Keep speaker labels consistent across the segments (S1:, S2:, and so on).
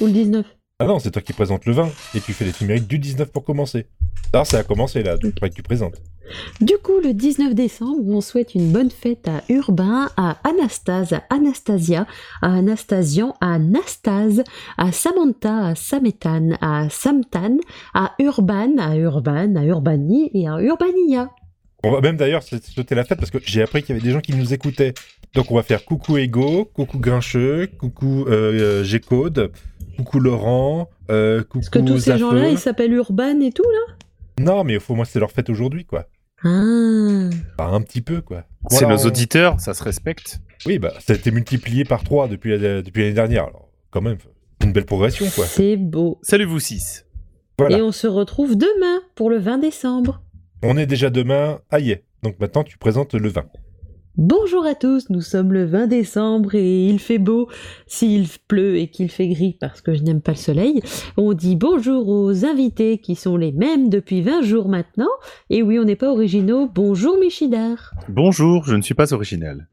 S1: Ou le 19.
S2: Ah non, c'est toi qui présente le 20 et tu fais les numériques du 19 pour commencer. Alors ça a commencé là, donc faudrait que tu présentes.
S1: Du coup, le 19 décembre, on souhaite une bonne fête à Urbain, à Anastase, à Anastasia, à Anastasian, à Anastase, à Samantha, à Samétane, à Samtane, à Urban, à Urban, à Urbani et à Urbania.
S2: On va même d'ailleurs se sauter la fête parce que j'ai appris qu'il y avait des gens qui nous écoutaient. Donc on va faire coucou Ego, coucou Grincheux, coucou euh, euh, G-Code, coucou Laurent, euh, coucou
S1: Parce que tous ces
S2: Zafeu.
S1: gens-là, ils s'appellent Urban et tout, là
S2: Non, mais au fond, moi, c'est leur fête aujourd'hui, quoi.
S1: Ah.
S2: Bah, un petit peu, quoi.
S3: C'est
S2: Voilà,
S3: nos
S2: on-
S3: auditeurs, ça se respecte.
S2: Oui, bah, ça a été multiplié par 3 depuis la- depuis l'année dernière. Alors, quand même, c'est une belle progression, quoi.
S1: C'est beau.
S3: Salut vous six.
S2: Voilà.
S1: Et on se retrouve demain pour le 20 décembre.
S2: On est déjà demain à Yé. Donc maintenant, tu présentes le 20.
S1: Bonjour à tous, nous sommes le 20 décembre et il fait beau. S'il pleut et qu'il fait gris parce que je n'aime pas le soleil, on dit bonjour aux invités qui sont les mêmes depuis 20 jours maintenant. Et oui, on n'est pas originaux. Bonjour Michidar.
S3: Bonjour, je ne suis pas original.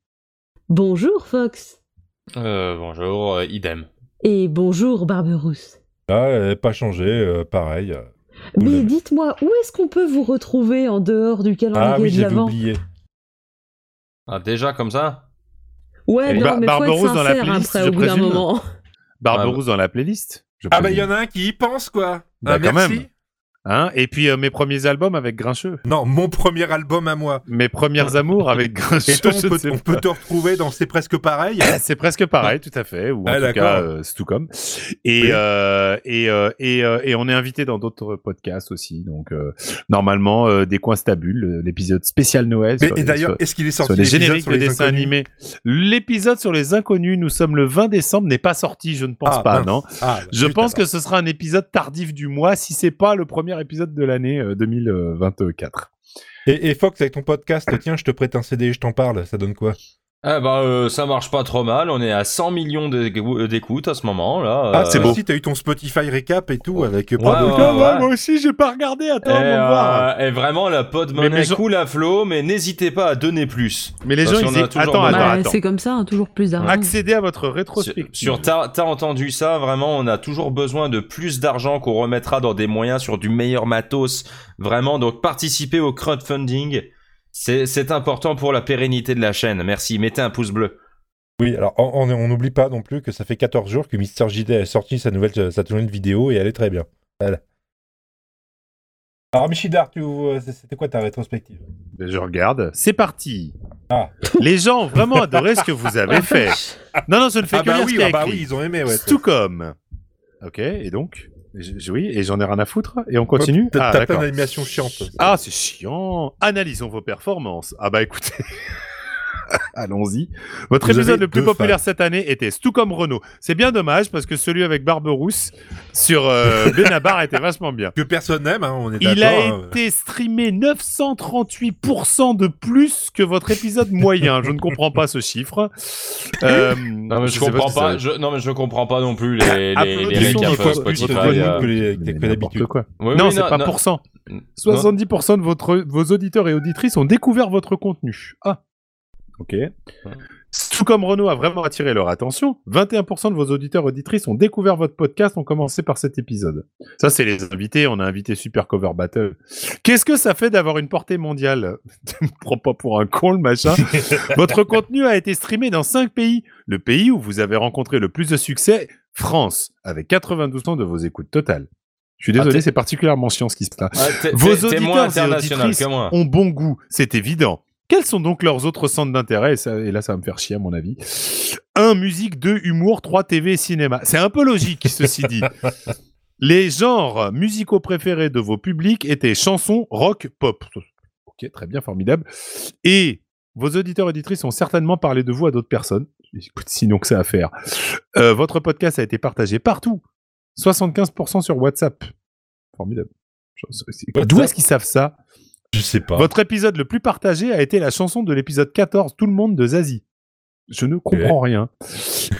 S1: Bonjour Fox.
S4: Euh, bonjour, euh, idem.
S1: Et bonjour Barberousse.
S2: Là, euh, pas changé, euh, pareil. euh. Oula.
S3: bah
S1: Mais dites-moi, où est-ce qu'on peut vous retrouver en dehors du calendrier
S2: Ah oui,
S1: de
S2: j'avais
S1: l'Avent
S2: oublié.
S4: Ah, déjà comme ça
S1: Ouais,
S3: Et
S1: non, mais faut être
S3: Bar- Eh bah, Barberousse dans la
S1: sincère
S3: playlist,
S1: après,
S3: je
S1: au bout d'un
S3: présume.
S1: moment.
S3: Barberousse dans la playlist. je
S5: Ah bah il
S3: présume.
S5: y en a un qui y pense quoi.
S3: Bah,
S5: Ah,
S3: quand
S5: merci.
S3: même. Hein Et puis euh, mes premiers albums avec Grincheux.
S5: Non, mon premier album à moi.
S3: Mes premières amours avec Grincheux.
S5: Ah. Et toi,
S3: je
S5: on
S3: ne
S5: peut,
S3: sais
S5: on
S3: pas.
S5: peut te retrouver dans C'est presque pareil.
S3: C'est presque pareil, tout à fait, ou en
S5: Ah,
S3: tout
S5: d'accord.
S3: cas, euh, c'est tout comme. Et,
S5: Oui.
S3: euh, et, euh, et, euh, et on est invité dans d'autres podcasts aussi. Donc, euh, normalement, euh, des coins stables, euh, l'épisode spécial Noël.
S5: Mais,
S3: sur
S5: et
S3: les-
S5: d'ailleurs,
S3: sur-
S5: est-ce qu'il est
S3: sur
S5: sorti
S3: les
S5: l'épisode
S3: génériques,
S5: sur
S3: le
S5: les
S3: dessin
S5: inconnus
S3: animé. L'épisode sur les inconnus, nous sommes le 20 décembre, n'est pas sorti, je ne pense
S5: Ah,
S3: pas,
S5: mince.
S3: non.
S5: Ah, bah,
S3: Je
S5: putain,
S3: pense
S5: bah.
S3: que ce sera un épisode tardif du mois, si c'est pas le premier épisode de l'année euh, 2024.
S2: Et, et Fox, avec ton podcast, tiens, je te prête un CD, je t'en parle, ça donne quoi
S4: Eh ben, euh, ça marche pas trop mal, on est à 100 millions d'é- d'écoutes à ce moment, là.
S2: Ah,
S4: euh,
S2: c'est beau.
S5: Si t'as eu ton Spotify récap et tout
S4: Ouais.
S5: avec. euh,
S4: Ouais, ouais,
S3: Ah ouais,
S4: ouais.
S3: Moi aussi, j'ai pas regardé.
S4: Et,
S3: Attends, on va voir.
S4: euh, et vraiment, la pod
S3: Mais
S4: monnaie
S3: les gens-
S4: coule à flot, mais n'hésitez pas à donner plus.
S3: Mais les
S4: Parce
S3: gens, ils
S4: qu'on a
S3: disent,
S4: toujours
S3: attends,
S4: besoin.
S3: attends,
S1: Bah,
S3: attends.
S1: c'est comme ça, hein, toujours plus d'argent.
S3: Accéder à votre
S4: Sur,
S3: rétrospective.
S4: sur t'as t'as entendu ça, vraiment, on a toujours besoin de plus d'argent qu'on remettra dans des moyens sur du meilleur matos. Vraiment, donc participez au crowdfunding. C'est c'est important pour la pérennité de la chaîne. Merci, mettez un pouce bleu.
S2: Oui, alors on- on on n'oublie pas non plus que ça fait 14 jours que Mister JD a sorti sa nouvelle sa tournée de vidéo et elle est très bien. Voilà. Alors Michidar, tu- euh, c'est- c'était quoi ta rétrospective
S3: Ben, Je regarde. C'est parti.
S2: Ah.
S3: Les gens ont vraiment adoré ce que vous avez fait. Non, non, je ne fais
S5: Ah
S3: que
S5: bah
S3: lire
S5: oui,
S3: ce qu'il y a
S5: ah bah
S3: écrit.
S5: oui, ils ont aimé. Ouais,
S3: C'est tout comme. Ok, et donc Je- je- Oui, et j'en ai rien à foutre. Et on continue
S5: T'as
S3: Ah,
S5: t'as plein
S3: d'accord.
S5: d'animations chiantes.
S3: Ah, c'est chiant. Analysons vos performances. Ah bah écoutez. Allons-y. Votre
S5: Vous
S3: épisode
S5: avez
S3: le plus
S5: deux
S3: populaire cette année était tout comme Renault. C'est bien dommage parce que celui avec Barberousse sur euh, Benabar était vachement bien.
S5: Que personne n'aime, hein, on est
S3: Il a
S5: d'accord. hein.
S3: été streamé 938% de plus que votre épisode moyen. Je ne comprends pas ce chiffre. Euh,
S4: Non mais je,
S3: sais
S4: comprends
S3: si
S4: pas.
S3: ça-
S4: je- non mais je comprends pas non plus les les, les
S3: Applaudissons
S4: récaps
S3: des fois plus
S4: Spotify.
S3: de voix
S4: euh,
S2: que, les-
S3: Mais
S2: que
S3: n'importe
S2: d'habitude.
S3: quoi.
S4: oui,
S3: non,
S4: oui,
S3: c'est pas pourcent. 70% de votre, vos auditeurs et auditrices ont découvert votre contenu. Ah. Ok. Tout comme Renault a vraiment attiré leur attention, 21% de vos auditeurs et auditrices ont découvert votre podcast, ont commencé par cet épisode. Ça, c'est les invités. On a invité Super Cover Battle. Qu'est-ce que ça fait d'avoir une portée mondiale Tu me prends pas pour un con, le machin. votre contenu a été streamé dans 5 pays. Le pays où vous avez rencontré le plus de succès, France, avec 92% de vos écoutes totales. Je suis désolé,
S4: t'es-
S3: c'est particulièrement chiant ce qui se passe
S4: Ah, t'es-
S3: Vos
S4: t'es- t'es
S3: auditeurs
S4: moins
S3: et
S4: international
S3: auditrices
S4: que moi.
S3: ont bon goût, c'est évident. Quels sont donc leurs autres centres d'intérêt et, ça- et là, ça va me faire chier, à mon avis. 1. Musique. 2. Humour. 3. TV et cinéma. C'est un peu logique, ceci dit. Les genres musicaux préférés de vos publics étaient chansons, rock, pop. Ok, très bien, formidable. Et vos auditeurs et auditrices ont certainement parlé de vous à d'autres personnes. Écoute, sinon que ça à faire. Euh, votre podcast a été partagé partout. 75% sur WhatsApp. Formidable. Bah, D'où est-ce qu'ils savent ça
S2: Je sais pas.
S3: votre épisode le plus partagé a été la chanson de l'épisode 14, Tout le monde de Zazie. Je ne comprends rien.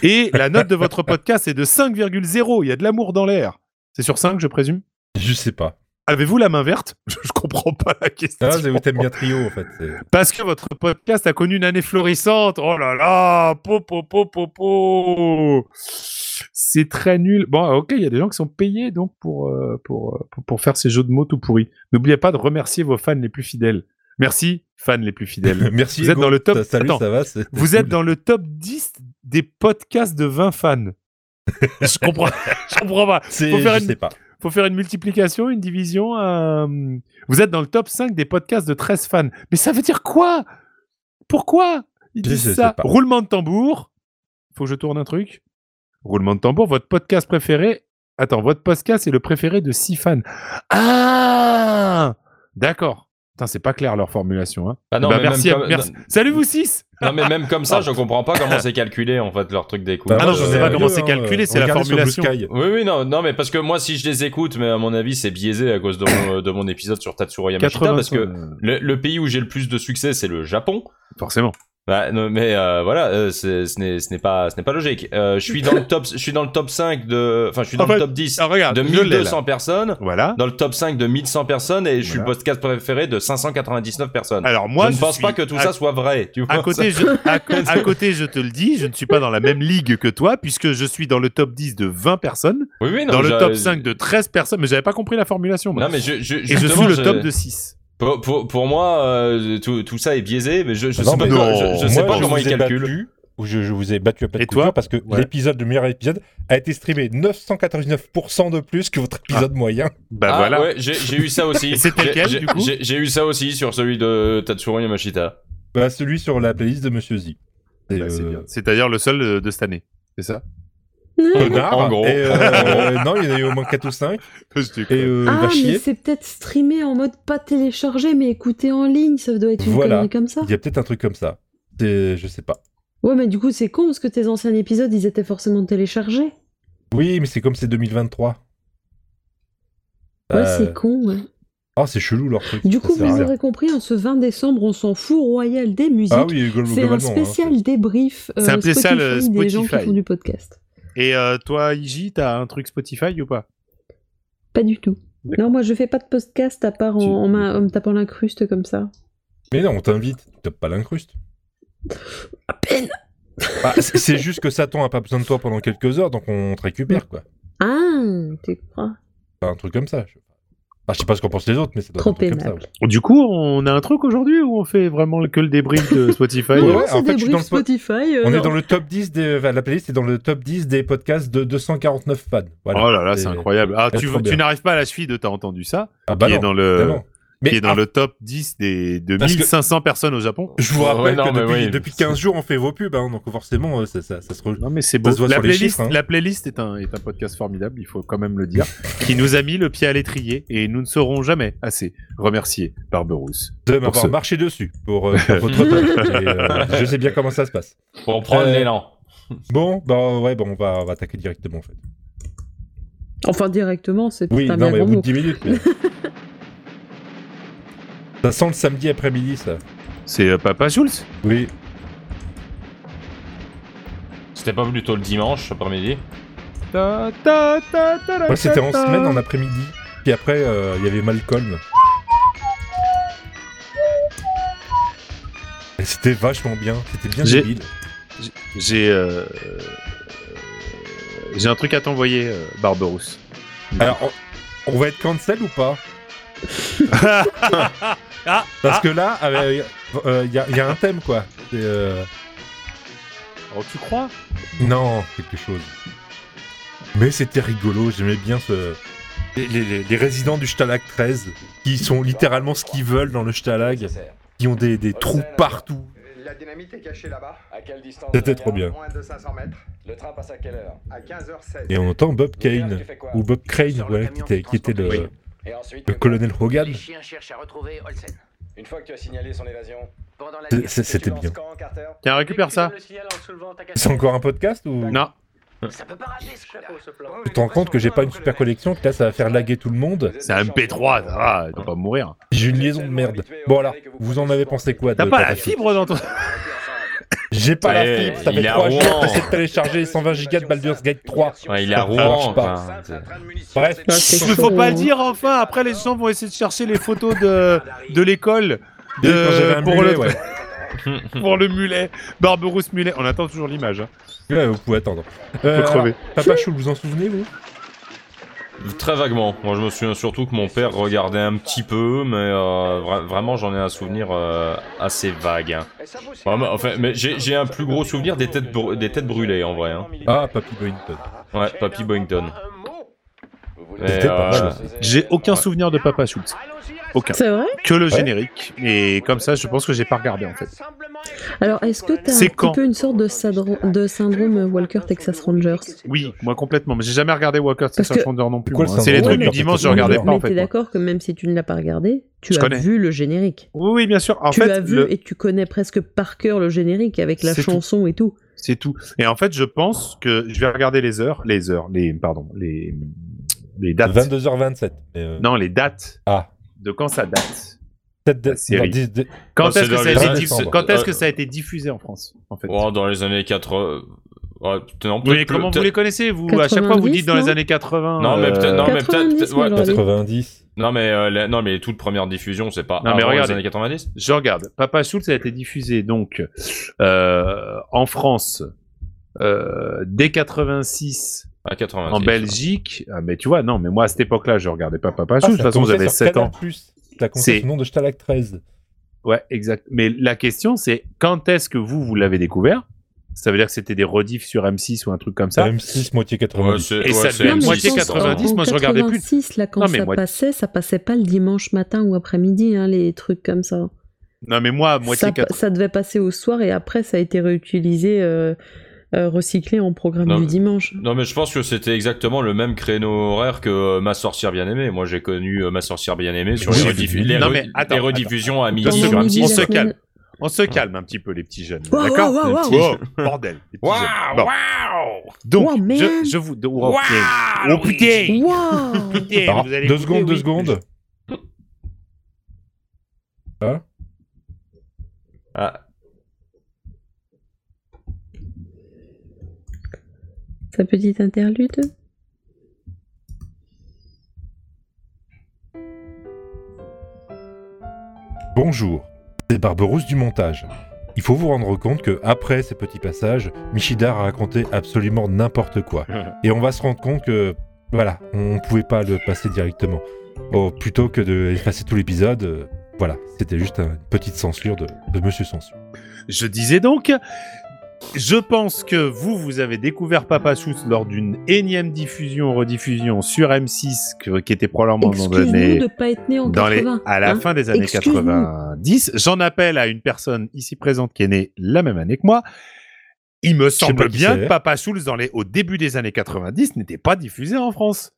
S3: Et la note de votre podcast est de 5,0. Il y a de l'amour dans l'air. C'est sur 5, je présume
S2: Je sais pas.
S3: Avez-vous la main verte Je comprends pas la question.
S2: Ah, c'est où t'aimes bien Trio, en fait. c'est-
S3: Parce que votre podcast a connu une année florissante. Oh là là, po po po po po. C'est très nul. Bon, ok, il y a des gens qui sont payés donc pour euh, pour, euh, pour pour faire ces jeux de mots tout pourris. N'oubliez pas de remercier vos fans les plus fidèles. Merci fans les plus fidèles.
S2: Merci.
S3: Vous êtes
S2: Hugo.
S3: dans le top-
S2: Ça- Salut,
S3: Attends.
S2: ça va c'est-
S3: Vous
S2: c'est
S3: êtes
S2: cool.
S3: dans le top 10 des podcasts de 20 fans. Je comprends, je comprends pas.
S2: C'est-
S3: Faut faire
S2: je
S3: une- Ah
S2: sais pas.
S3: Faut faire une multiplication, une division. un- Vous êtes dans le top 5 des podcasts de 13 fans. Mais ça veut dire quoi Pourquoi Ils
S2: Je
S3: disent
S2: sais
S3: ça.
S2: pas.
S3: Roulement de tambour. Faut que je tourne un truc. Roulement de tambour, votre podcast préféré. Attends, votre podcast est le préféré de 6 fans. Ah D'accord. Putain, c'est pas clair leur formulation. hein.
S4: Bah non,
S3: Bah,
S4: mais
S3: merci,
S4: même
S3: à-
S4: comme-
S3: merci. Salut vous 6
S4: Non, mais même comme ça, je comprends pas comment c'est calculé en fait leur truc d'écoute.
S2: Bah,
S3: Ah non,
S2: moi,
S3: je
S2: j'en
S3: sais
S2: ai
S3: pas
S2: un
S3: comment
S2: vieux,
S3: c'est
S2: hein,
S3: calculé,
S2: euh,
S3: c'est la
S2: regardez sur Blue
S3: formulation.
S2: Sky.
S4: Oui, oui, non, non, mais parce que moi, si je les écoute, mais à mon avis, c'est biaisé à cause de mon, euh, de mon épisode sur Tatsuro Yamashita, parce que le, le pays où j'ai le plus de succès, c'est le Japon.
S3: euh, Forcément.
S4: Bah, non, mais euh, voilà, euh, c'est- ce n'est ce n'est pas, ce n'est pas logique. Euh, je suis dans le top, je suis dans le top 5 de, enfin, je suis dans
S3: En fait,
S4: le top 10
S3: Ah, regarde,
S4: de
S3: je l'ai, là.
S4: 1200 personnes,
S3: Voilà.
S4: dans le top 5 de 1100 personnes, et je suis le
S3: Voilà.
S4: podcast préféré de 599 personnes.
S3: Alors moi,
S4: je ne pense
S3: suis
S4: pas que tout
S3: à-
S4: ça soit vrai. Tu vois,
S3: À côté, je, à, co- à côté, je te le dis, je ne suis pas dans la même ligue que toi, puisque je suis dans le top 10 de 20 personnes,
S4: Oui, oui, non,
S3: dans le
S4: j'a-
S3: top 5 de 13 personnes, mais j'avais pas compris la formulation. Moi.
S4: Non, mais je, je,
S3: Et je suis
S4: justement,
S3: le top de 6.
S4: Pour, pour, pour moi, euh, tout, tout ça est biaisé, mais je, je
S2: Non,
S4: sais pas,
S2: mais
S4: comment-
S3: Ah non.
S4: je, je sais
S2: Moi,
S4: pas
S2: je
S4: comment
S2: vous
S4: ils
S2: ai
S4: calculent.
S2: battu, ou je, je vous ai battu à pas de
S3: Et
S2: couture
S3: toi
S2: parce que
S3: Ouais.
S2: l'épisode, le meilleur épisode, a été streamé 999% de plus que votre épisode moyen.
S3: Bah
S4: ah
S3: voilà.
S4: ouais, j'ai j'ai eu ça aussi.
S3: Et c'était
S4: J'ai-
S3: lequel,
S4: j'ai-
S3: du coup
S4: j'ai- J'ai eu ça aussi sur celui de Tatsuro Yamashita.
S2: Bah, celui sur la playlist de Monsieur Z. Et,
S3: Bah, c'est
S2: euh,
S3: bien. C'est-à-dire le seul euh, de cette année. C'est ça
S2: Connard.
S4: En gros.
S2: Et, euh, non, il y en a eu au moins 4 ou 5. Et euh,
S1: Ah,
S2: va
S1: mais
S2: chier.
S1: c'est peut-être streamé en mode pas téléchargé, mais écouté en ligne. Ça doit être une
S2: Voilà.
S1: connerie comme ça.
S2: Il y a peut-être un truc comme ça. C'est- Je sais pas.
S1: Ouais, mais du coup, c'est con parce que tes anciens épisodes, ils étaient forcément téléchargés.
S2: Oui, mais c'est comme c'est 2023.
S1: Ouais,
S2: Euh,
S1: c'est con, ouais.
S2: Ah, c'est chelou leur truc.
S1: Du
S2: Ça
S1: coup,
S2: sert
S1: vous
S2: à rien.
S1: aurez compris, en ce 20 décembre, on s'en fout royal des musiques.
S2: Ah oui, glo-
S1: c'est un
S2: globalement. hein,
S1: spécial débrief euh,
S3: C'est un spécial, euh,
S1: Spotify des gens qui
S3: Spotify.
S1: font du podcast.
S3: Et euh, toi, Iji, t'as un truc Spotify ou pas
S1: Pas du tout.
S3: D'accord.
S1: Non, moi, je fais pas de podcast à part en,
S3: Tu-
S1: en ma- en me tapant l'incruste comme ça.
S2: Mais non, on t'invite. Tu tapes pas l'incruste.
S1: À peine
S2: Bah, c'est c'est juste que Satan a pas besoin de toi pendant quelques heures, donc on te récupère, quoi.
S1: Ah, tu
S2: Bah,
S1: crois
S2: Enfin, un truc comme ça. Je, Enfin, je sais pas ce qu'en pensent les autres, mais ça doit
S1: Trop
S2: être un truc comme
S1: aimable.
S2: ça.
S3: Du coup, on a un truc aujourd'hui ou on fait vraiment que le débrief de Spotify
S1: Non,
S2: ouais,
S1: non,
S2: en
S1: c'est
S2: fait, je suis dans
S1: débrief
S2: le spo-
S1: Spotify. euh,
S2: On est
S1: non.
S2: dans le top 10 des... enfin, la playlist est dans le top 10 des podcasts de 249 fans. Voilà.
S3: Oh là là, c'est
S2: C'est-
S3: incroyable. Ah,
S2: c'est
S3: tu,
S2: trop
S3: tu
S2: bien.
S3: n'arrives pas à la cheville de t'as entendu ça
S2: Ah bah
S3: qui est
S2: non,
S3: dans le
S2: évidemment. Mais
S3: qui est dans
S2: ah,
S3: le top 10 des de
S2: Parce que-
S3: 1500 personnes au Japon.
S5: Je vous
S4: Ouais,
S5: rappelle
S4: non,
S5: que
S4: mais
S5: depuis,
S4: oui.
S5: depuis 15 jours, on fait vos pubs, hein, donc forcément, euh, ça, ça- ça se re-
S3: Non mais c'est
S2: beau.
S3: beau.
S2: se voit
S3: La
S2: sur les
S3: playlist,
S2: chiffres, hein.
S3: la playlist est un, est un podcast formidable, il faut quand même le dire, qui nous a mis le pied à l'étrier et nous ne serons jamais assez remerciés par Berousse.
S2: de
S3: pour
S2: m'avoir
S3: ce-
S2: marché dessus pour euh, faire votre page. Et, euh, je sais bien comment ça se passe.
S4: Pour prendre
S2: Euh,
S4: l'élan.
S2: Bon, bah ouais, bah, on, va, on va attaquer directement en fait.
S1: Enfin, directement, c'est
S2: Oui,
S1: un
S2: non,
S1: bien
S2: mais
S1: grand
S2: au bout de
S1: mot.
S2: 10 minutes. mais- ça sent le samedi après-midi, ça.
S3: C'est euh, Papa Schulz
S2: Oui.
S4: C'était pas plutôt le dimanche après-midi
S3: Ta, ta, ta, ta, la,
S2: Ouais, C'était en
S3: ta, ta.
S2: semaine, en après-midi. Puis après, euh, il y avait Malcolm. Et C'était vachement bien. C'était bien
S3: J'ai-
S2: débile.
S3: J'ai euh, euh, j'ai un truc à t'envoyer, euh, Barberousse.
S2: Alors, on, on va être cancel ou pas Parce que là, euh, il y, a- y a un thème, quoi. C'est, euh,
S3: Oh, tu crois
S2: Non, quelque chose. Mais c'était rigolo, j'aimais bien ce... Les, les- les- les résidents du Stalag 13, qui sont littéralement ce qu'ils veulent dans le Stalag, qui ont des, des trous partout.
S6: La dynamite est cachée là-bas.
S7: À quelle distance
S2: C'était
S7: de la
S2: trop
S7: gare
S2: bien.
S6: Moins de 500 mètres.
S7: Le train passe à quelle heure
S6: À 15h16.
S2: Et on entend Bob
S7: Lucas, tu
S2: Kane,
S7: fais quoi
S2: ou Bob Crane, voilà, qui était, qui était le,
S7: Oui. Et ensuite,
S2: le colonel Hogan.
S8: Les chiens cherchent à retrouver Olsen.
S7: une fois que tu as signalé son évasion,
S8: Pendant la
S2: C'est-
S8: guerre,
S2: c'est- C'était
S7: tu lances
S2: bien.
S7: quand, Carter
S3: Tiens, récupère ça.
S8: Le signal en soulevant ta
S2: C'est
S8: cassette.
S2: encore un podcast ou
S3: Non.
S8: Ça peut pas rater ce coup-là. Oh,
S2: Tu te rends compte que j'ai pas une super collection, que là ça va faire laguer tout le monde
S7: Vous êtes
S3: C'est un
S7: des
S3: MP3,
S7: champions.
S3: ça va, ils vont pas mourir.
S2: J'ai une liaison de merde. Bon alors, vous en avez pensé quoi de
S3: T'as pas la
S2: Papa Fish
S3: fibre dans ton...
S7: Arrêtez ensemble.
S2: J'ai pas la
S4: Ouais,
S2: fibre, ça fait
S4: il est à
S2: 3 jours
S4: Rouen.
S2: que j'essaie de télécharger les 120 gigas de Baldur's Gate 3.
S4: Ouais, il est à
S2: Ça marche
S4: Rouen.
S2: pas.
S4: quoi. C'est-
S2: Bref.
S1: c'est
S3: Il faut
S1: chaud,
S3: pas
S1: hein.
S3: le dire enfin, après les gens vont essayer de chercher les photos de, de l'école
S2: Dès quand j'avais
S3: de,
S2: un
S3: Euh, pour,
S2: mulet,
S3: le,
S2: ouais.
S3: pour le mulet, Barberousse mulet. On attend toujours l'image. Hein.
S2: Ouais, vous pouvez attendre.
S3: Faut
S2: Euh,
S3: crever.
S2: alors, Papa Chou, vous vous en souvenez, vous
S4: Très vaguement. Moi, je me souviens surtout que mon père regardait un petit peu, mais euh, vra- vraiment, j'en ai un souvenir euh, assez vague. hein. Vraiment, enfin, mais j'ai j'ai un plus gros souvenir des têtes, brû- des têtes brûlées, en vrai. hein.
S2: Ah, Papy Boynton.
S4: Ouais, Papy Boynton. Mais,
S2: C'était pas
S4: euh,
S2: mal.
S3: J'ai aucun
S4: Ouais.
S3: souvenir de Papa Schultz. Aucun.
S1: C'est vrai
S3: Que le générique. Et comme ça, je pense que j'ai pas regardé en fait.
S1: Alors, est-ce que t'as un
S3: C'est
S1: petit
S3: quand
S1: peu une sorte de, sadro- de syndrome Walker Texas Rangers
S3: Oui, moi complètement. Mais j'ai jamais regardé Walker
S1: Parce
S3: Texas
S1: que-
S3: Ranger non plus.
S2: Pourquoi
S3: moi.
S2: le
S3: C'est les
S2: syndrome
S3: trucs du
S2: Walker
S3: dimanche, je
S2: Texas
S3: regardais
S2: Ranger
S3: pas en
S1: Mais
S3: fait.
S1: t'es
S3: moi.
S1: d'accord que même si tu ne l'as pas regardé, tu
S3: Je
S1: as
S3: connais.
S1: vu le générique.
S3: Oui, oui, bien sûr. En
S1: tu
S3: fait,
S1: as vu
S3: le-
S1: et tu connais presque par cœur le générique avec la
S3: C'est tout.
S1: chanson et tout.
S3: c'est tout. Et en fait, je pense que je vais regarder les heures, les heures, les pardon, les les dates.
S2: 22h27. mais, euh,
S3: Non, les dates.
S2: Ah.
S3: De quand ça date
S2: sept de-
S3: la série.
S2: non, dix- dix-
S3: Quand
S4: Oh, c'est
S3: est-ce que,
S4: dans
S3: ça a
S4: les
S3: été
S2: années
S3: diff-
S2: sombres.
S3: quand est-ce que
S4: Euh,
S3: ça a été diffusé en France en fait
S4: Oh, dans les années 80. Ouais, peut- non,
S3: Oui,
S4: peut-être-
S3: comment vous
S4: peut-être-
S3: les connaissez vous À chaque fois, vous
S1: 90,
S3: dites dans les
S1: non
S3: années 80.
S4: Non, mais
S3: euh,
S4: peut-être- non, mais peut-être-
S1: 90,
S4: peut-être- ouais,
S1: mais alors, allez.
S2: 90.
S4: Non, mais, euh, la- non, mais les toutes premières diffusions, c'est pas
S3: Non, mais
S4: avant les
S3: regardez.
S4: années 90
S3: Je regarde. Papa Schultz a été diffusé donc euh, en France euh, dès 86,
S4: À 90.
S3: en Belgique. Ah, mais tu vois, non, mais moi à cette époque-là, je regardais pas Papa
S2: Ah,
S3: Schultz. de
S2: ça
S3: toute façon,
S2: commençait
S3: j'avais
S2: sur
S3: 7
S2: Canal+.
S3: ans.
S2: Ça
S3: C'est-
S2: commence sous le nom de Stalag 13.
S3: Ouais, exact. Mais la question, c'est quand est-ce que vous vous l'avez découvert Ça veut dire que c'était des rediffs sur M6 ou un truc comme ça.
S2: M6, moitié 90.
S4: c'est-
S3: Et ça
S4: c'est hein.
S3: devient
S4: M6,
S3: moitié
S4: ça.
S3: 90, moi, je regardais plus.
S1: 86, là, quand
S3: Non, mais
S1: ça
S3: moi-
S1: passait, ça passait pas le dimanche matin ou après-midi, hein, les trucs comme ça.
S3: Non, mais moi, moitié
S1: ça,
S3: 4
S1: ça devait passer au soir et après, ça a été réutilisé, euh, euh, recyclé en programme
S4: Non,
S1: du
S4: mais-
S1: dimanche.
S4: Non mais je pense que c'était exactement le même créneau horaire que euh, Ma sorcière bien aimée. Moi j'ai connu euh, Ma sorcière bien aimée sur
S2: Oui,
S4: les,
S2: oui,
S4: rediff-
S2: oui.
S4: les
S3: Non,
S4: re-
S3: mais attends,
S4: les rediffusions à midi
S3: Pendant
S4: sur
S3: midi,
S4: M6.
S3: se
S1: la
S3: calme. On se calme un petit peu, les petits jeunes.
S1: Waouh,
S3: D'accord
S1: waouh,
S3: Les
S1: waouh,
S3: petits
S4: waouh.
S3: jeunes. Bordel. les petits jeunes.
S4: Waouh
S3: Bon.
S4: waouh
S3: Donc,
S1: Wow, man.
S3: je, je vous. Oh,
S4: Wow.
S3: putain. Oh, putain.
S1: Waouh
S3: Putain,
S2: Alors,
S3: vous allez
S2: deux
S3: goûter,
S2: secondes, deux
S3: oui.
S2: secondes.
S4: Ah,
S1: Sa petite interlude
S2: Bonjour, c'est Barberousse du montage. Il faut vous rendre compte que après ces petits passages, Michida a raconté absolument n'importe quoi. Et on va se rendre compte que voilà, on pouvait pas le passer directement. Oh, plutôt que de effacer tout l'épisode, euh, voilà, c'était juste une petite censure de, de Monsieur Censure.
S3: Je disais donc, je pense que vous, vous avez découvert Papa Schultz lors d'une énième diffusion, rediffusion sur M6, que- qui était probablement dans les
S1: Excuse-nous
S3: années-
S1: de pas être né en
S3: dans les-
S1: 80.
S3: à la
S1: hein.
S3: fin des années
S1: Excuse-nous.
S3: 90. J'en appelle à une personne ici présente qui est née la même année que moi. Il me
S2: sais
S3: semble
S2: pas qui
S3: bien
S2: c'est.
S3: que Papa Schultz, dans les, au début des années 90, n'était pas diffusé en France.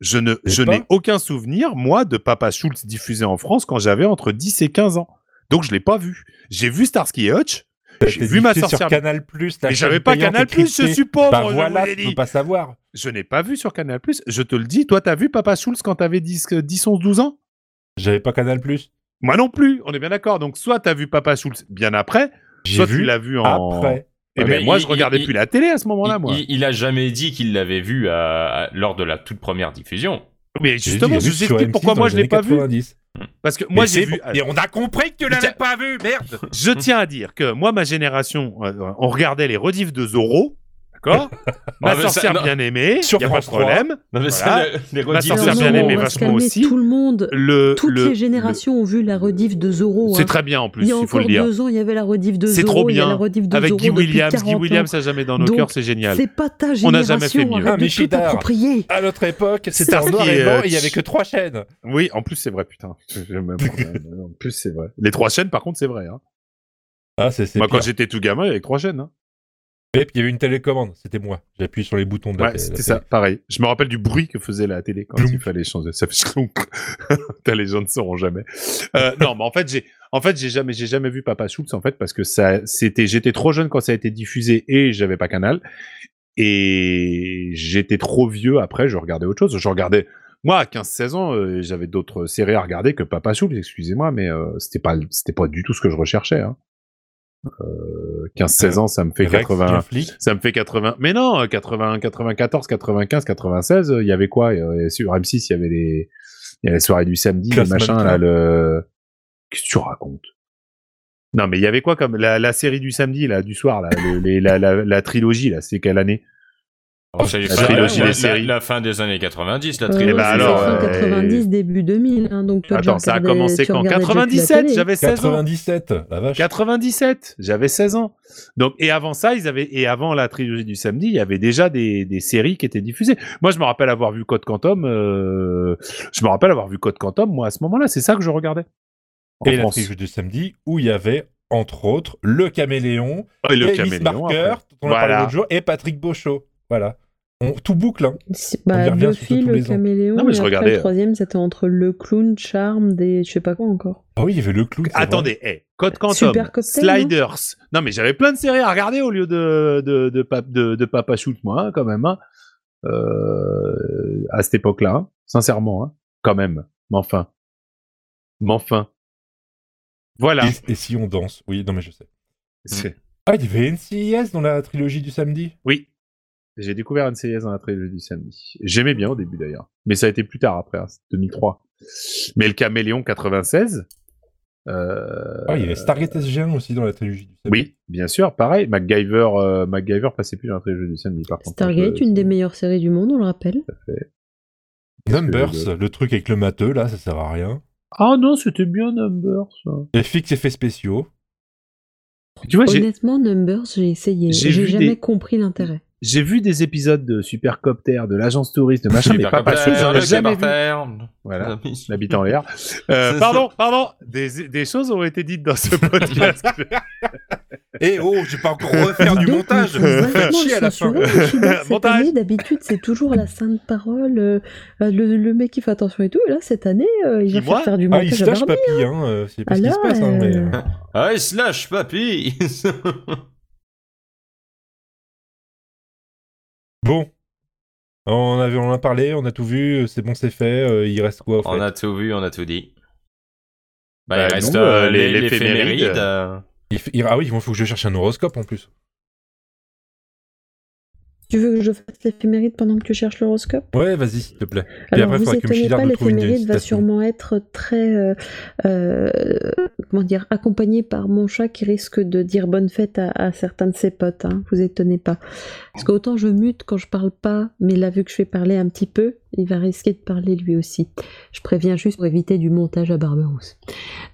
S3: Je ne,
S2: Et
S3: je
S2: pas
S3: n'ai aucun souvenir, moi, de Papa Schultz diffusé en France quand j'avais entre 10 et 15 ans. Donc, je l'ai pas vu. J'ai vu Starsky et Hutch. J'ai
S2: C'était
S3: vu ma
S2: diffusé
S3: sorcière.
S2: sur Canal Plus.
S3: Mais j'avais pas Canal+, je suis pauvre,
S2: Bah
S3: je
S2: voilà,
S3: vous l'ai
S2: tu
S3: dit.
S2: peux pas savoir.
S3: Je n'ai pas vu sur Canal+. Je te le dis, toi, t'as vu Papa Schultz quand t'avais 10, euh, 10, 11, 12 ans
S2: J'avais pas Canal Plus.
S3: Moi non plus, on est bien d'accord. Donc soit t'as vu Papa Schultz bien après,
S2: J'ai
S3: soit tu
S2: vu
S3: l'as vu en...
S2: après.
S3: Eh
S4: Ouais,
S3: ben,
S4: mais
S3: moi
S4: il-
S3: je regardais
S4: il-
S3: plus la télé à ce moment-là,
S4: il-
S3: moi.
S4: il, il a jamais dit qu'il l'avait vu à- à- lors de la toute première diffusion.
S3: Mais
S2: J'ai dit,
S3: justement, je
S2: j'ai
S3: vous
S2: vu sur
S3: explique
S2: M6
S3: pourquoi
S2: dans
S3: moi
S2: les
S3: je l'ai
S2: années
S3: pas vu.
S2: 90.
S3: Parce que moi
S2: Mais
S3: j'ai
S2: c'est
S3: vu...
S2: bon. Et on a compris que tu
S3: Putain.
S2: l'avais pas vu, merde.
S3: Je tiens à dire que moi, ma génération, euh, on regardait les rediffs de Zorro, d'accord Ma
S4: Ah, mais ça-
S3: sorcière
S4: non.
S3: bien-aimée,
S2: Sur
S3: y a pas de
S2: France trois.
S3: problème.
S4: Non, mais
S3: Voilà.
S4: c'est le- les
S3: Ma
S4: rediffusions. euh,
S3: sorcière
S1: Alors
S3: bien
S1: non,
S3: aimée,
S1: on va se
S3: vachement
S1: calmer,
S3: aussi.
S1: Tout le monde,
S3: Le,
S1: toutes
S3: le-
S1: les générations ont vu la rediff de
S3: le-
S1: Zorro.
S3: C'est
S1: hein.
S3: très bien en plus,
S1: il y
S3: il,
S1: a
S3: faut
S1: encore
S3: le dire.
S1: deux ans, il y avait la rediff de
S3: C'est
S1: Zorro.
S3: trop
S1: Il y a
S3: bien.
S1: la rediff de
S3: Avec
S1: Zorro
S3: Guy
S1: depuis
S3: Williams,
S1: 40
S3: Guy
S1: ans.
S3: Williams, ça jamais dans nos
S1: Donc,
S3: cœurs, c'est génial.
S1: C'est pas ta génération.
S3: On n'a jamais fait mieux.
S1: arrête
S2: Ah,
S1: de
S2: mais
S1: tout
S2: Chidar.
S1: t'approprier.
S2: À notre époque, c'était en
S3: Starsky
S2: noir
S3: et
S2: et blanc et il
S3: Hutch.
S2: y avait que trois chaînes.
S3: Oui, en plus c'est vrai, putain. en plus c'est vrai. Les trois chaînes, par contre, c'est vrai. hein.
S2: Ah, c'est c'est
S3: Moi, quand
S2: pire.
S3: j'étais tout gamin, il y avait trois chaînes. hein.
S2: Et puis il y avait une télécommande, c'était moi. J'appuie sur les boutons de la
S3: Ouais,
S2: télé-
S3: c'était
S2: Bah, la
S3: ça,
S2: télé.
S3: pareil. Je me rappelle du bruit que faisait la télé quand
S2: Bloum.
S3: il fallait changer. Ça fait chloum. Putain, les gens ne sauront jamais. Euh, non, mais en fait, j'ai, en fait, j'ai jamais, j'ai jamais vu Papa Schultz en fait parce que ça, c'était, j'étais trop jeune quand ça a été diffusé et j'avais pas Canal et j'étais trop vieux après. Je regardais autre chose. Je regardais. Moi, à 15-16 ans, euh, j'avais d'autres séries à regarder que Papa Schultz, excusez-moi, mais euh, c'était pas, c'était pas du tout ce que je recherchais. hein. euh, 15-16 ans, ça me fait
S2: Rex, qui est
S3: 80.
S2: un flic.
S3: Ça me fait 80. Mais non, euh, 80, 94, 95, 96, euh, il y avait quoi Euh, Sur M6, il y avait les, il y a la soirée du samedi, le
S2: Classman
S3: machin,
S2: Club.
S3: là, le. Qu'est-ce que tu racontes Non, mais il y avait quoi comme la, la série du samedi, là, du soir, là, le- les- la, la- la trilogie, là, c'est quelle année
S4: oh, C'est
S3: la trilogie des
S4: la,
S3: séries.
S4: la fin des années 90, la
S1: Euh,
S4: trilogie.
S1: ouais,
S3: bah
S1: c'est
S3: alors,
S1: ça, fin
S3: euh,
S1: 90, début 2000. hein, donc toi, tu
S3: Attends, ça a
S1: regardais-
S3: commencé
S1: tu
S3: quand
S1: regardais déjà plus la
S3: 97,
S1: télé.
S3: j'avais 16 ans.
S2: 97, la vache.
S3: 97, j'avais 16 ans. Donc et avant ça, ils avaient et avant la trilogie du samedi, il y avait déjà des, des séries qui étaient diffusées. Moi, je me rappelle avoir vu Code Quantum. euh, je me rappelle avoir vu Code Quantum. Moi, à ce moment-là, c'est ça que je regardais. En
S2: Et la
S3: France.
S2: trilogie du samedi, où il y avait, entre autres, le caméléon,
S3: Oh, et le
S2: Elvis
S3: caméléon,
S2: Marker,
S3: après.
S2: dont on a parlé
S3: Voilà.
S2: l'autre jour, et Patrick Beauchot. Voilà. On, tout boucle, hein.
S1: C'est-
S2: On y
S1: Bah,
S2: revient
S1: Buffy,
S2: surtout tous
S1: le
S2: les ans.
S1: caméléon.
S3: Non, mais
S1: et
S3: je
S1: après,
S3: regardais, euh.
S1: Le troisième, c'était entre le clown, Charme, des. Je sais pas quoi encore.
S2: Ah oui, il y avait le clown. c'est vrai.
S3: Attendez, hey, Code Quantum,
S1: Super Cocktail,
S3: Sliders. Non, mais j'avais plein de séries à regarder au lieu de, de, de, pa- de- de Papa Shoot, moi, hein, quand même. hein. Euh, à cette époque-là, hein. sincèrement, hein. quand même. Mais enfin. Mais enfin. Voilà. Mmh.
S2: Et, et si on danse Oui, non, mais je sais.
S3: C'est-
S2: Ah, il y avait NCIS dans la trilogie du samedi
S3: Oui. J'ai découvert NCIS dans la trilogie du samedi. J'aimais bien au début d'ailleurs. Mais ça a été plus tard après, hein, c'est 2003. Mais le Caméléon 96. euh,
S2: Ah, il y avait Stargate SG1 aussi dans la trilogie du samedi.
S3: Oui, bien sûr, pareil. MacGyver, euh, MacGyver passait plus dans la trilogie du samedi, par contre. hein,
S1: Stargate,
S3: Je-
S1: une des meilleures séries du monde, on le rappelle.
S3: Qu'est-ce que
S2: Numbers,
S3: je-
S2: le truc avec le matheux, là, ça sert à rien.
S3: Ah non, c'était bien Numbers. ça.
S2: Et fixe effets spéciaux.
S3: Tu vois, j'ai-
S1: Honnêtement, Numbers, j'ai essayé.
S3: J'ai
S1: J'ai
S3: vu
S1: jamais
S3: des-
S1: compris l'intérêt.
S3: j'ai vu des épisodes de Supercopter, de l'agence touriste, de machin, mais pas passé, j'en ai jamais vu. Voilà. L'habit en l'air. Euh,
S4: C'est
S3: pardon, pardon. Bah, Des, des choses ont été dites dans ce podcast.
S2: Eh oh, j'ai pas encore refaire
S1: Dis
S2: du
S1: donc,
S2: montage
S1: ils sont
S2: Vous faites
S1: vachement
S2: chier à la fin.
S1: censurés, les Chinois, cette
S3: Montage.
S1: année, D'habitude, c'est toujours la sainte parole, euh, euh, le, le mec qui fait attention et tout. Et là, cette année, euh, il
S3: Dis
S1: va
S3: moi.
S1: faire, faire du
S2: Ah, il
S1: montage
S2: se
S1: à
S2: lâche,
S1: Barbie.
S2: papy, hein. euh, C'est pas ce qui se
S1: Alors,
S2: passe, hein, mais...
S1: euh,
S2: euh,
S4: Ah, il se lâche, papy
S2: Bon. On, avait, on en a parlé, on a tout vu, c'est bon, c'est fait, euh, il reste quoi, en fait
S4: On a tout vu, on a tout dit. Bah,
S3: Bah,
S4: il reste
S3: non,
S4: euh,
S3: euh,
S4: les,
S3: les-
S4: les
S3: l'éphéméride.
S4: éphémérides, euh,
S2: Il f- il- Ah oui, il faut que je cherche un horoscope, en plus.
S1: Tu veux que je fasse l'éphéméride pendant que tu cherches l'horoscope
S2: Ouais, vas-y, s'il te plaît.
S1: Alors,
S2: après,
S1: vous
S2: faudrait que
S1: étonnez
S2: Michidar
S1: pas,
S2: nous trouve une
S1: l'éphéméride va
S2: citation.
S1: sûrement être très, euh, euh, comment dire, accompagnée par mon chat qui risque de dire bonne fête à, à certains de ses potes. Hein, vous étonnez pas. Parce qu'autant je mute quand je parle pas, mais là, vu que je vais parler un petit peu, il va risquer de parler lui aussi. Je préviens juste pour éviter du montage à Barberousse.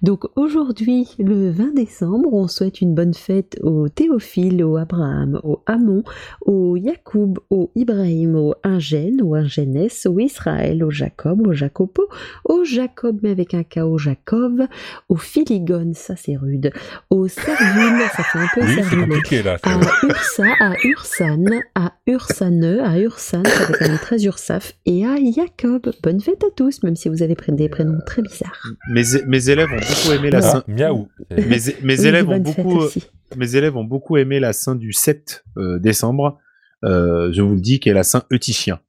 S1: Donc aujourd'hui, le 20 décembre, on souhaite une bonne fête au Théophile, au Abraham, au Hamon, au Yacoub, au Ibrahim, au Ingen, au Ingenès, au Israël, au Jacob, au Jacopo, au Jacob, mais avec un K, au Jacob, au Filigone, ça c'est rude, au Servile, ça fait un peu
S2: Oui, c'est
S1: Servile,
S2: compliqué, là.
S1: à Ursa, à Ursan, à Ursane, à Ursan, ça fait quand même très Ursaf, et à Jacob. Bonne fête à tous, même si vous avez pris des prénoms très bizarres.
S3: mes, mes élèves ont beaucoup aimé la
S2: Ah,
S3: Saint.
S2: miaou.
S3: Mes, mes
S1: Oui,
S3: élèves ont
S1: bonne fête
S3: beaucoup. euh,
S1: aussi.
S3: mes élèves ont beaucoup aimé la Saint du 7 euh, décembre. Euh, je vous le dis, qui est la Saint Eutychien.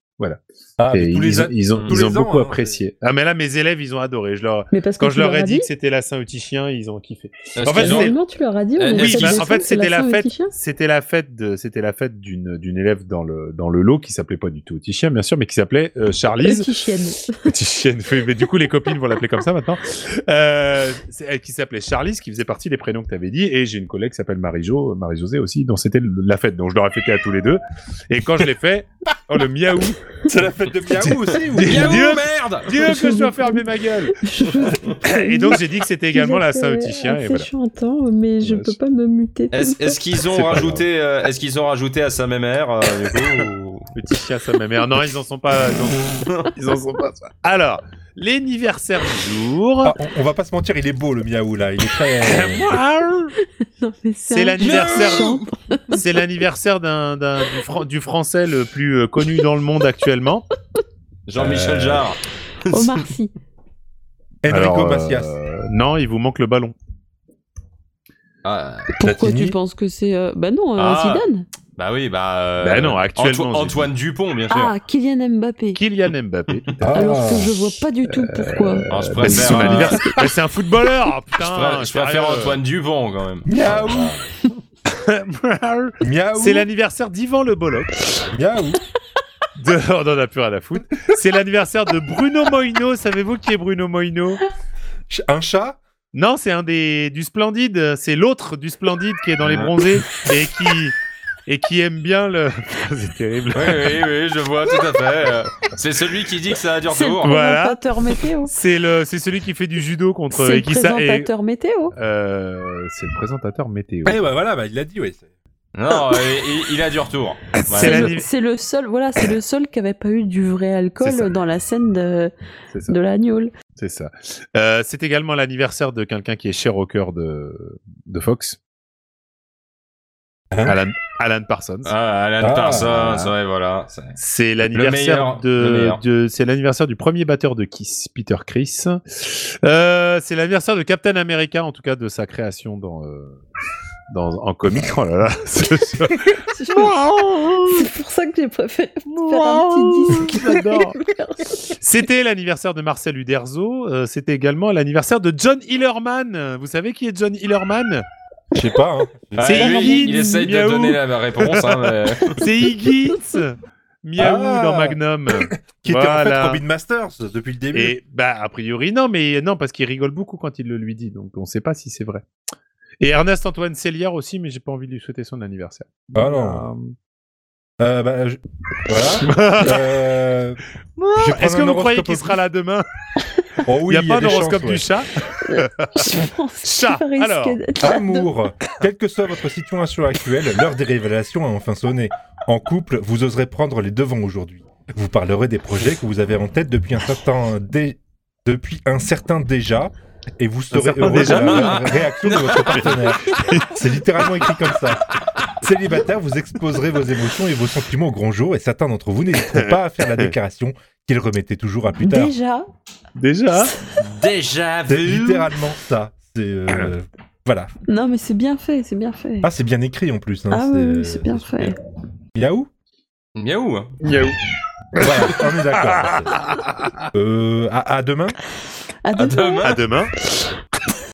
S2: Ah, mais
S3: Et
S2: tous
S3: ils,
S2: les
S3: ont-
S2: ans-
S3: ils ont,
S2: tous
S3: ils ont
S2: les ans,
S3: beaucoup
S2: hein,
S3: apprécié. Ah, mais là, mes élèves, ils ont adoré. Je leur...
S1: Mais parce que
S3: Quand je
S1: tu
S3: leur ai
S1: as
S3: dit que c'était la Saint Eutychien, ils ont kiffé.
S4: parce
S3: fait,
S4: qu'ils
S3: c'est-
S4: ont-
S1: Finalement, tu leur as dit. on
S4: Euh,
S1: est le
S4: oui,
S3: Oui,
S1: 7
S3: bah, en
S1: décembre,
S3: fait,
S1: c'est
S3: c'était la fête,
S1: Saint-Eutychien.
S3: c'était la fête de, c'était la fête d'une, d'une élève dans le, dans le lot qui s'appelait pas du tout Eutychien, bien sûr, mais qui s'appelait euh, Charlize.
S1: Eutychienne.
S3: Eutychienne. Oui, mais du coup, les copines vont l'appeler comme ça maintenant. Euh, c'est elle qui s'appelait Charlize, qui faisait partie des prénoms que tu avais dit. Et j'ai une collègue qui s'appelle Marie-Jo, euh, Marie-Josée aussi, dont c'était le- la fête. Donc, je leur ai fêté à tous les deux. Et quand je l'ai fait, oh, le miaou.
S2: C'est la fête de miaou aussi, ou-
S3: Dieu,
S4: Miaou, merde
S3: Dieu que je dois fermer ma gueule. Et donc, j'ai dit que c'était également la Saint-Eutychien. Et
S1: C'est
S3: voilà.
S1: chantant, mais je
S3: Ouais,
S1: peux
S3: c'est-
S1: pas me muter. tout
S4: Est-ce
S1: le
S4: est-ce qu'ils
S3: C'est
S4: ont
S3: pas
S4: rajouté, euh, est-ce qu'ils ont rajouté à sa mémère euh, du coup,
S3: Petit chien, ça ma mère. Non, ils en sont pas. ils en
S4: ou-
S3: Ils en sont pas. Alors, l'anniversaire du jour.
S2: Ah, on, on va pas se mentir, il est beau, le miaou, là. Il est très...
S3: Ah.
S1: temps. Non, mais ça,
S3: C'est l'anniversaire.
S1: je chante.
S3: C'est l'anniversaire d'un, d'un- du, Fran- du français le plus euh, connu dans le monde actuellement.
S4: Jean-Michel
S3: Euh,
S4: Jarre.
S1: Omar Sy.
S2: Enrico
S3: Alors, euh,
S2: Macias.
S3: non, il vous manque le ballon.
S4: Ah,
S1: Pourquoi
S2: Platini.
S1: tu penses que c'est. euh, Bah non, euh,
S4: Ah.
S1: Zidane.
S4: Bah oui, bah. euh,
S3: Bah non, actuellement,
S4: Anto-
S3: j'ai
S4: Antoine Dupont, bien sûr.
S1: Ah, Kylian Mbappé.
S3: Kylian Mbappé. tout
S2: Ah.
S3: à fait.
S1: Alors que je vois pas du tout
S3: Euh,
S1: pourquoi.
S4: Alors, je
S3: Bah, c'est
S4: préfère,
S3: son
S4: euh,
S3: anniversaire. Bah, c'est un footballeur,
S4: je
S3: putain.
S4: préfère- je préfère
S3: sérieux.
S4: Antoine Dupont quand même.
S2: Miaou
S3: C'est l'anniversaire d'Ivan Le Bolloc.
S2: Miaou
S3: De... On en a plus rien à foutre. C'est l'anniversaire de Bruno Moino. Savez-vous qui est Bruno Moino
S2: Ch- Un chat
S3: Non, c'est un des du Splendide. C'est l'autre du Splendide qui est dans les bronzés et qui et qui aime bien le. c'est terrible.
S4: Oui, oui, oui, je vois tout à fait. Euh, C'est celui qui dit que ça a dur
S1: C'est le
S4: toujours.
S3: Voilà.
S1: présentateur météo.
S3: C'est le, c'est celui qui fait du judo contre
S1: C'est le
S3: et qui ça et-
S1: présentateur météo.
S3: Euh, c'est le présentateur météo.
S2: Eh bah voilà, bah, il l'a dit, oui.
S4: Non, euh, il, il a du retour.
S3: C'est
S1: C'est
S3: la-
S4: Voilà.
S1: le- c'est le seul, voilà, c'est le seul qui avait pas eu du vrai
S3: C'est ça.
S1: alcool dans la scène de,
S3: C'est ça.
S1: de l'agneau.
S3: C'est ça. Euh, c'est également l'anniversaire de quelqu'un qui est cher au cœur de, de Fox.
S2: Hein
S3: Alan, Alan Parsons.
S4: Ah, Alan
S2: Ah.
S4: Parsons, ouais, voilà. C'est-
S3: C'est
S4: meilleur,
S3: l'anniversaire
S4: le
S3: de,
S4: meilleur.
S3: de- c'est l'anniversaire du premier batteur de Kiss, Peter Chris. Euh, c'est l'anniversaire de Captain America, en tout cas de sa création dans, euh, dans en comique. Oh là là, ce soir.
S1: C'est pour ça que j'ai préféré faire un petit disque.
S3: J'adore. C'était l'anniversaire de Marcel Uderzo. euh, C'était également l'anniversaire de John Hillerman. Vous savez qui est John Hillerman
S2: Je sais pas, hein.
S3: C'est
S4: Ouais, Ah, lui,
S3: Yves
S4: il essaye de
S3: Miaou.
S4: donner la la réponse. Hein, mais...
S3: C'est Higgins Miaou
S2: Ah.
S3: dans Magnum.
S2: Qui était en
S3: Voilà.
S2: fait Robin Masters depuis le début.
S3: Et bah a priori non, mais non parce qu'il rigole beaucoup quand il le lui dit, donc on ne sait pas si c'est vrai. Et Ernest Antoine Céliard aussi, mais j'ai pas envie de lui souhaiter son anniversaire.
S2: Ah non. Euh, bah, je- Voilà. Euh, je vais
S3: Euh,
S2: prendre
S3: Est-ce que
S2: un
S3: vous croyez
S2: horoscope
S3: qu'il
S2: au
S3: sera là demain
S2: Oh oui,
S3: Il n'y a pas
S2: des
S3: d'horoscope
S2: chances,
S3: du
S2: ouais.
S3: chat.
S1: Je pense que
S3: Chat,
S1: ça risque
S3: alors.
S1: d'être la
S2: Amour, quelle que soit votre situation actuelle, l'heure des révélations a enfin sonné. En couple, vous oserez prendre les devants aujourd'hui. Vous parlerez des projets que vous avez en tête depuis un certain, dé- depuis un certain déjà, et vous serez
S3: certain
S2: heureux
S3: déjà.
S2: de la réaction de votre partenaire. C'est littéralement écrit comme ça. Célibataire, vous exposerez vos émotions et vos sentiments au grand jour, et certains d'entre vous n'hésiteront pas à faire la déclaration qu'ils remettaient toujours à plus tard.
S1: Déjà,
S3: Déjà.
S4: Déjà
S2: C'est
S4: vu.
S2: littéralement ça. C'est euh,
S3: Ah.
S2: voilà.
S1: non mais c'est bien fait, c'est bien fait.
S2: Ah, c'est bien écrit en plus. hein,
S1: Ah oui, oui, c'est bien
S2: super.
S1: fait.
S2: Yahoo
S4: Miaou.
S3: Miaou.
S2: Voilà, on est d'accord. euh, à, à demain
S1: À
S4: À
S1: demain.
S4: demain.
S3: À demain.